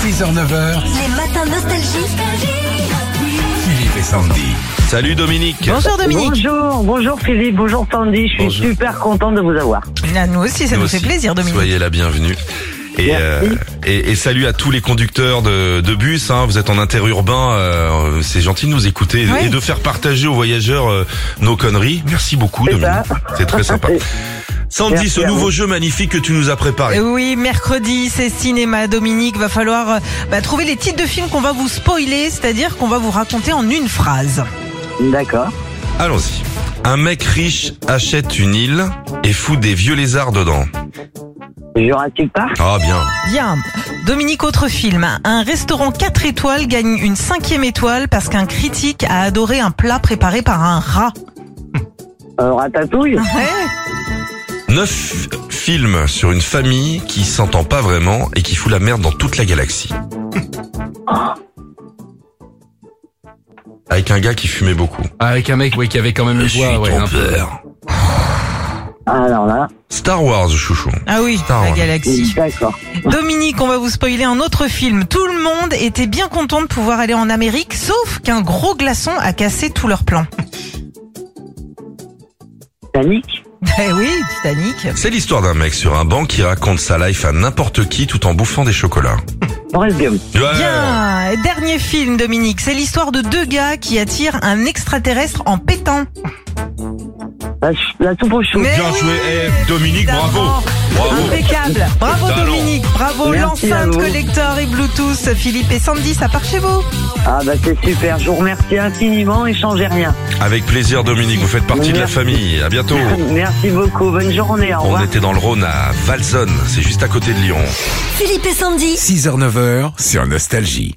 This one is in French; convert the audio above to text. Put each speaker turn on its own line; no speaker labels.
6h-9h,
Les matins nostalgiques.
Philippe et Sandy.
Salut Dominique.
Bonjour Dominique.
Bonjour, bonjour Philippe, bonjour Sandy, je suis
Bonjour.
super contente de vous avoir.
Ah, nous aussi, ça nous,
Nous
fait
aussi,
plaisir Dominique.
Soyez la bienvenue. Et,
Merci.
euh, et, et salut à tous les conducteurs de, de bus. hein. vous êtes en interurbain, euh, c'est gentil de nous écouter
Oui.
et de faire partager aux voyageurs euh, nos conneries. Merci beaucoup,
C'est
Dominique.
ça.
C'est très sympa. Sandy,
Merci
ce
à
nouveau
vous.
jeu magnifique que tu nous as préparé.
Euh, Oui, mercredi, c'est cinéma. Dominique, va falloir euh, bah, trouver les titres de films qu'on va vous spoiler, c'est-à-dire qu'on va vous raconter en une phrase.
D'accord.
Allons-y. Un mec riche achète une île et fout des vieux lézards dedans.
Jurassic Park,
Ah bien.
Bien. Dominique, autre film. Un restaurant 4 étoiles gagne une cinquième étoile parce qu'un critique a adoré un plat préparé par un rat.
euh, Ratatouille,
Ah
Neuf films sur une famille qui s'entend pas vraiment et qui fout la merde dans toute la galaxie. Avec un gars qui fumait beaucoup.
Ah, Avec un mec ouais, qui avait quand même le voix. Ouais, un peu.
père.
Ah, alors là,
Star Wars, chouchou.
Ah oui,
Star
la
Wars.
galaxie.
d'accord.
Dominique, on va vous spoiler un autre film. Tout le monde était bien content de pouvoir aller en Amérique, sauf qu'un gros glaçon a cassé tous leurs plans.
Titanic,
Eh oui, Titanic.
C'est l'histoire d'un mec sur un banc qui raconte sa life à n'importe qui tout en bouffant des chocolats.
Forrest Gump,
Ouais.
Bien.
Euh.
Et Dernier film, Dominique. C'est l'histoire de deux gars qui attirent un extraterrestre en pétant.
la, ch- la soupe aux choux.
Mais-
Bien
oui,
joué, Eh, Dominique, bravo. Bravo.
Impeccable. Bravo
Talent.
Dominique. Bravo
Merci à
l'enceinte
vous.
collector et Bluetooth. Philippe et Sandy, ça part chez vous.
Ah bah c'est super, je vous remercie infiniment et changez rien.
Avec plaisir, Dominique, vous faites partie de la
Merci.
famille. À bientôt.
Merci beaucoup, bonne journée, au
On
revoir.
était dans le Rhône à Valzonne, c'est juste à côté de Lyon.
Philippe et Sandy.
6h-9h sur Nostalgie.